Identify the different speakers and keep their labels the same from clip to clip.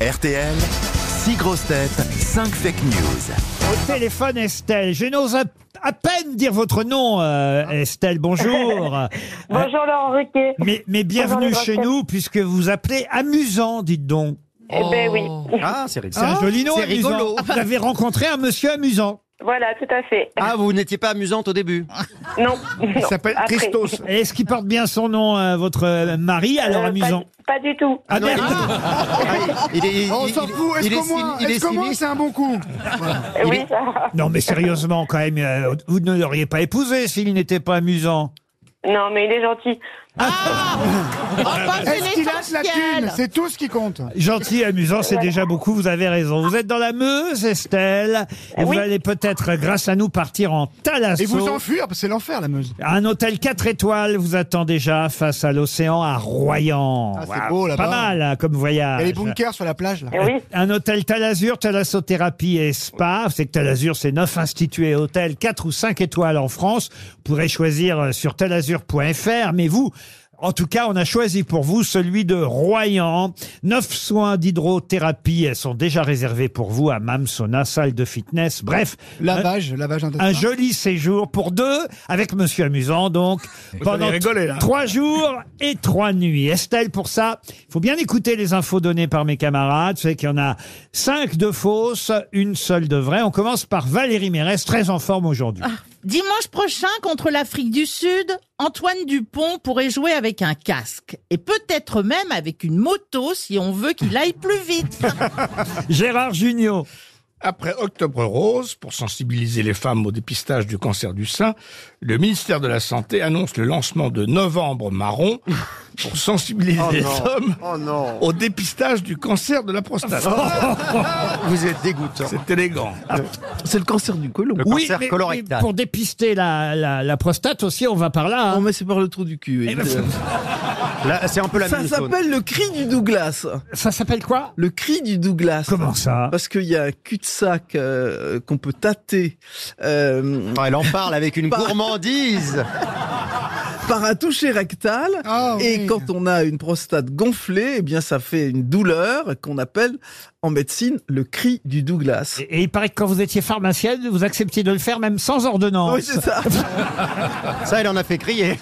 Speaker 1: RTL, 6 grosses têtes, 5 fake news.
Speaker 2: Au téléphone, Estelle. Je n'ose à, à peine dire votre nom, euh, Estelle. Bonjour. Euh,
Speaker 3: Bonjour Laurent Ruquier.
Speaker 2: mais, mais bienvenue
Speaker 3: Bonjour, les
Speaker 2: chez
Speaker 3: grosses
Speaker 2: nous, puisque vous appelez amusant, dites donc.
Speaker 3: Eh ben oui.
Speaker 4: Oh.
Speaker 5: Ah, c'est rigolo.
Speaker 2: C'est un joli nom,
Speaker 5: c'est
Speaker 2: amusant.
Speaker 5: rigolo.
Speaker 2: Vous avez rencontré un monsieur amusant.
Speaker 3: Voilà, tout à fait.
Speaker 5: Ah, vous n'étiez pas amusante au début.
Speaker 4: Oh,
Speaker 3: Non.
Speaker 6: Il
Speaker 3: non.
Speaker 6: s'appelle
Speaker 3: Après.
Speaker 6: Christos.
Speaker 2: Et Est-ce qu'il porte bien son nom, euh, votre euh, mari
Speaker 3: Euh,
Speaker 2: Alors
Speaker 3: pas-
Speaker 2: amusant.
Speaker 3: Pas, du tout.
Speaker 2: Ah,
Speaker 5: non,
Speaker 2: merde.
Speaker 5: il est, il,
Speaker 6: On
Speaker 5: il-
Speaker 6: s'en fout.
Speaker 5: il
Speaker 6: Est-ce
Speaker 5: est
Speaker 6: qu'au moins,
Speaker 5: civi- il est
Speaker 6: est-ce qu'au moins,
Speaker 5: civiliste.
Speaker 6: c'est un bon coup
Speaker 3: Eh oui, ça.
Speaker 2: Non, mais sérieusement, quand même, euh, vous ne l'auriez pas épousé s'il n'était pas amusant.
Speaker 3: Non, mais il est gentil.
Speaker 6: Est-ce qu'il a de la thune C'est tout ce qui compte.
Speaker 2: Gentil, amusant, c'est déjà beaucoup, vous avez raison. Vous êtes dans la Meuse, Estelle, et
Speaker 3: Euh, Oui.
Speaker 2: vous allez peut-être, grâce à nous, partir en Thalasso.
Speaker 6: Et vous enfuir, parce que c'est l'enfer, la Meuse.
Speaker 2: Un hôtel 4 étoiles vous attend déjà face à l'océan à Royan.
Speaker 6: Ah, c'est beau, là-bas.
Speaker 2: Pas mal hein, comme voyage.
Speaker 6: Il y a les bunkers sur la plage, là.
Speaker 3: Eh oui.
Speaker 2: Un hôtel Talazur, Thalassothérapie et Spa. C'est que Talazur, c'est neuf instituts et hôtels, 4 ou 5 étoiles en France. Vous pourrez choisir euh, sur talazur.fr, mais vous, en tout cas, on a choisi pour vous celui de Royan. Neuf soins d'hydrothérapie elles sont déjà réservés pour vous à MAM, sauna, salle de fitness. Bref, un-
Speaker 6: Lavage, lavage
Speaker 2: un
Speaker 6: intestin.
Speaker 2: joli séjour pour deux, avec Monsieur Amusant, donc, pendant
Speaker 6: allez rigoler, là.
Speaker 2: trois jours et trois nuits. Estelle, pour ça, il faut bien écouter les infos données par mes camarades. Vous savez qu'il y en a cinq de fausses, une seule de vraie. On commence par Valérie Mérès, très en forme aujourd'hui.
Speaker 7: Dimanche prochain, contre l'Afrique du Sud, Antoine Dupont pourrait jouer avec un casque. Et peut-être même avec une moto si on veut qu'il aille plus vite.
Speaker 2: Gérard Junior,
Speaker 8: Après Octobre Rose, pour sensibiliser les femmes au dépistage du cancer du sein, le ministère de la Santé annonce le lancement de Novembre Marron pour sensibiliser
Speaker 5: Oh
Speaker 8: les hommes au dépistage du cancer de la prostate.
Speaker 5: Vous êtes dégoûtant.
Speaker 8: C'est élégant.
Speaker 4: C'est le cancer du côlon.
Speaker 5: Le cancer colorectal.
Speaker 2: pour dépister la, la- la prostate aussi, on va par là. hein.
Speaker 4: On met c'est par le trou du cul. évidemment.
Speaker 5: Là, Eh ben, c'est un peu la
Speaker 4: ça
Speaker 5: mini-faune.
Speaker 4: s'appelle le cri du Douglas.
Speaker 2: Ça s'appelle quoi
Speaker 4: Le cri du Douglas.
Speaker 2: Comment ça
Speaker 4: Parce qu'il y a un cul-de-sac euh, qu'on peut tâter euh,
Speaker 5: Non, Ah, Elle en parle avec une gourmandise.
Speaker 4: par un toucher rectal.
Speaker 6: Ah,
Speaker 4: et
Speaker 6: oui.
Speaker 4: quand on a une prostate gonflée, eh bien ça fait une douleur qu'on appelle en médecine le cri du Douglas.
Speaker 2: et, et il paraît que quand vous étiez pharmacienne, vous acceptiez de le faire même sans ordonnance.
Speaker 4: Oui, c'est ça.
Speaker 5: Ça, elle en a fait crier.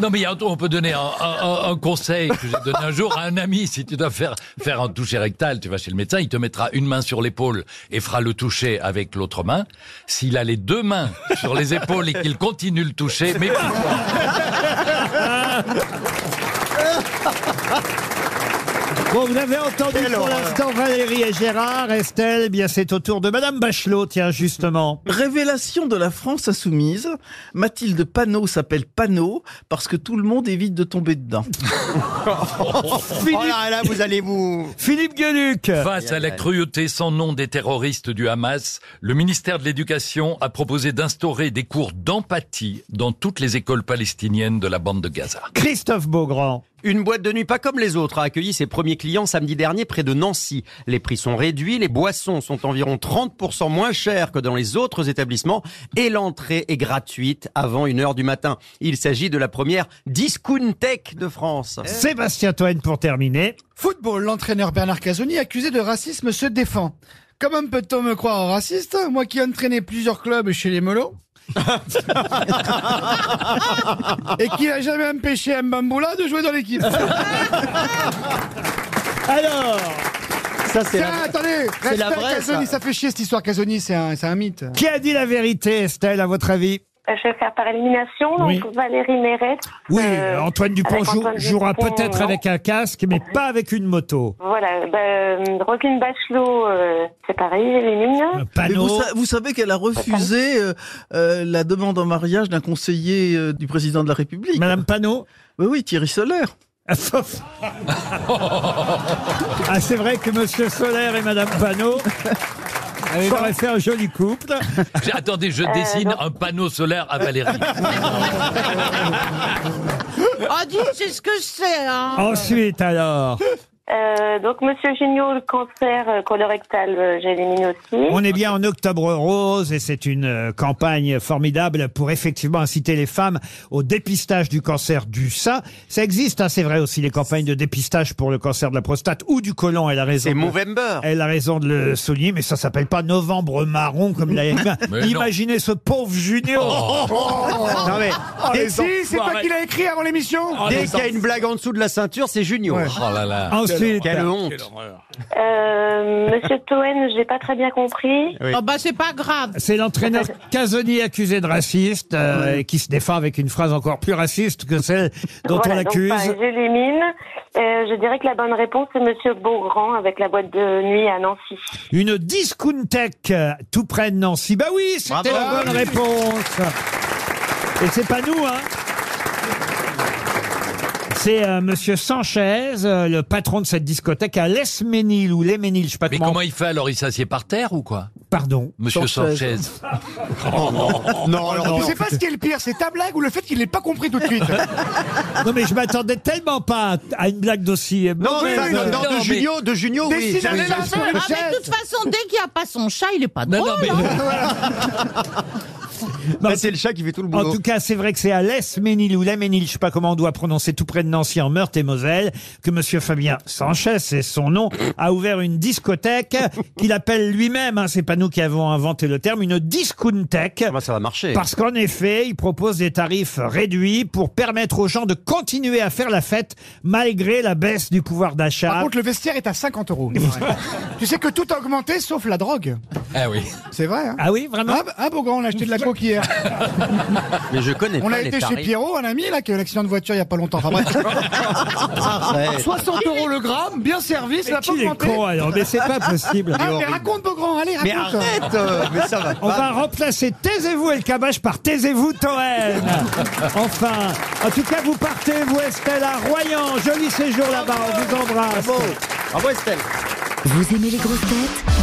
Speaker 9: Non, mais il y a un- on peut donner un, un- un- un conseil que j'ai donné un jour à un ami. Si tu dois faire, faire un toucher rectal, tu vas chez le médecin, il te mettra une main sur l'épaule et fera le toucher avec l'autre main. S'il a les deux mains sur les épaules et qu'il continue le toucher, mais
Speaker 2: Bon, vous avez entendu
Speaker 5: Quelle
Speaker 2: pour
Speaker 5: horreur.
Speaker 2: l'instant Valérie et Gérard, Estelle, eh bien c'est au tour de Madame Bachelot, tiens, justement.
Speaker 4: Révélation de la France insoumise. Mathilde Panot s'appelle Panot parce que tout le monde évite de tomber dedans.
Speaker 5: Oh là là, vous allez vous.
Speaker 2: Philippe Gueluc
Speaker 9: face à la cruauté sans nom des terroristes du Hamas, le ministère de l'Éducation a proposé d'instaurer des cours d'empathie dans toutes les écoles palestiniennes de la bande de Gaza.
Speaker 2: Christophe Beaugrand.
Speaker 5: Une boîte de nuit pas comme les autres a accueilli ses premiers clients samedi dernier près de Nancy. Les prix sont réduits, les boissons sont environ 30% moins chères que dans les autres établissements et l'entrée est gratuite avant 1h du matin. Il s'agit de la première Discountech de France.
Speaker 2: Sébastien Toen pour terminer.
Speaker 6: Football, l'entraîneur Bernard Casoni, accusé de racisme, se défend. Comment peut-on me croire raciste Moi qui ai entraîné plusieurs clubs chez les Melots. et qui n'a jamais empêché un Bamboula de jouer dans l'équipe.
Speaker 2: Alors,
Speaker 5: Ça, c'est
Speaker 6: Tiens,
Speaker 5: la-
Speaker 6: attendez,
Speaker 5: c'est la
Speaker 6: respect
Speaker 5: vraie,
Speaker 6: Casoni,
Speaker 5: ça.
Speaker 6: ça. fait chier cette histoire Casoni, c'est un, c'est un mythe.
Speaker 2: qui a dit la vérité, Estelle, à votre avis
Speaker 3: Euh, Je vais faire par élimination. Donc
Speaker 2: Oui.
Speaker 3: Valérie Mérès.
Speaker 2: Oui,
Speaker 3: euh,
Speaker 2: Antoine Dupont
Speaker 3: avec
Speaker 2: jou-
Speaker 3: Antoine
Speaker 2: jouera
Speaker 3: Dupont,
Speaker 2: peut-être
Speaker 3: non.
Speaker 2: avec un casque, mais pas avec une moto.
Speaker 3: Voilà. Bah, euh, Roselyne Bachelot, euh, c'est pareil, j'élimine.
Speaker 2: Un
Speaker 4: Mais vous,
Speaker 2: panneau.
Speaker 4: sa- vous savez qu'elle a refusé euh, euh, la demande en mariage d'un conseiller euh, du président de la République.
Speaker 2: Madame Panot
Speaker 4: Oui, oui, Thierry Solaire.
Speaker 2: ah, c'est vrai que Monsieur Solaire et Madame Panot auraient fait un joli couple.
Speaker 9: J'ai- Attendez, je dessine un panneau solaire à Valérie.
Speaker 7: Oh, Ah, dis, c'est ce que c'est, hein.
Speaker 2: Ensuite, alors,
Speaker 3: Euh, donc, Monsieur Géniaud, le cancer euh, colorectal, euh, j'élimine aussi.
Speaker 2: On est bien en octobre rose et c'est une euh, campagne formidable pour effectivement inciter les femmes au dépistage du cancer du sein. Ça existe, hein, c'est vrai aussi, les campagnes de dépistage pour le cancer de la prostate ou du côlon, elle a raison.
Speaker 5: C'est
Speaker 2: de-
Speaker 5: Movember.
Speaker 2: Elle a raison de le souligner, mais ça s'appelle pas novembre marron comme l'a
Speaker 9: Mais Euh, non. Oh.
Speaker 2: Imaginez ce pauvre Junior. Non, mais
Speaker 6: Et si, c'est toi qui l'as écrit avant l'émission
Speaker 5: Dès qu'il y a une blague en dessous de la ceinture, c'est Junior.
Speaker 9: Oh là là.
Speaker 2: ensuite,
Speaker 4: Ah,
Speaker 5: Quelle honte.
Speaker 3: Euh, Monsieur Toen, j'ai pas très bien compris.
Speaker 5: Oui.
Speaker 7: Oh bah c'est pas grave.
Speaker 2: c'est l'entraîneur Casoni accusé de raciste euh, qui se défend avec une phrase encore plus raciste que celle dont on
Speaker 3: Voilà, donc,
Speaker 2: l'accuse.
Speaker 3: pareil, j'élimine. Euh, je dirais que la bonne réponse c'est Monsieur Beaugrand avec la boîte de nuit à Nancy.
Speaker 2: Une discountech euh, tout près de Nancy. Bah oui, c'était
Speaker 5: Bravo.
Speaker 2: la bonne réponse. Et c'est pas nous, hein. C'est euh, Monsieur Sanchez, euh, le patron de cette discothèque à Lesménil ou Léménil, je sais pas
Speaker 9: Mais
Speaker 2: comment.
Speaker 9: comment il fait alors Il s'assied par terre ou quoi
Speaker 2: Pardon.
Speaker 9: Monsieur
Speaker 4: Sanchez.
Speaker 9: Sanchez.
Speaker 5: Non,
Speaker 2: Oh,
Speaker 6: Je sais pas ce qui est le pire, c'est ta blague ou le fait qu'il l'ait pas compris tout de suite.
Speaker 2: Non mais je m'attendais tellement pas à une blague d'aussi.
Speaker 5: Non,
Speaker 2: mauvaise.
Speaker 5: non, non,
Speaker 9: mais-
Speaker 5: non, de
Speaker 9: mais-
Speaker 5: Junio, de Junio, oui.
Speaker 6: Décidez
Speaker 5: oui.
Speaker 6: la
Speaker 7: Ah, mais de toute façon, dès qu'il n'y a pas son chat, il est pas
Speaker 9: Non,
Speaker 7: drôle.
Speaker 9: non, mais.
Speaker 5: Là, c'est le chat qui fait tout le
Speaker 2: En
Speaker 5: boulot.
Speaker 2: tout cas, c'est vrai que c'est à l'Esménil ou l'Aménil, je sais pas comment on doit prononcer tout près de Nancy en Meurthe et Moselle, que monsieur Fabien Sanchez, c'est son nom, a ouvert une discothèque qu'il appelle lui-même, hein, c'est pas nous qui avons inventé le terme, une
Speaker 6: Ah,
Speaker 2: discounthèque.
Speaker 6: bah,
Speaker 5: Comment ça va marcher
Speaker 2: Parce qu'en effet, il propose des tarifs réduits pour permettre aux gens de continuer à faire la fête malgré la baisse du pouvoir
Speaker 6: Par
Speaker 2: d'achat.
Speaker 6: contre, le vestiaire est à 50 euros. tu sais que tout a augmenté sauf la drogue.
Speaker 9: Ah oui.
Speaker 6: C'est vrai, hein
Speaker 2: Ah oui, vraiment
Speaker 6: ah, bah- ah, Beaugrand, on a acheté de la coke hier.
Speaker 5: Mais je connais
Speaker 6: On
Speaker 5: pas
Speaker 6: a
Speaker 5: les
Speaker 6: été chez
Speaker 5: tarifs.
Speaker 6: Pierrot, un ami, là, qui a eu un accident de voiture il y a pas longtemps. Enfin bref. 60 euros le gramme, bien servi, ça n'a pas
Speaker 2: Qui est
Speaker 6: augmenté.
Speaker 2: con alors Mais c'est pas possible.
Speaker 6: Ah, mais raconte, Beaugrand, allez,
Speaker 5: Mais
Speaker 6: raconte.
Speaker 5: arrête euh, Mais ça va
Speaker 2: On
Speaker 5: pas.
Speaker 2: va remplacer Taisez-vous et le cabage par Taisez-vous Toen. Enfin, en tout cas, vous partez, vous Estelle, à Royan. Joli séjour là-bas, on vous embrasse.
Speaker 5: Bravo Bravo Estelle
Speaker 10: Vous aimez les grosses têtes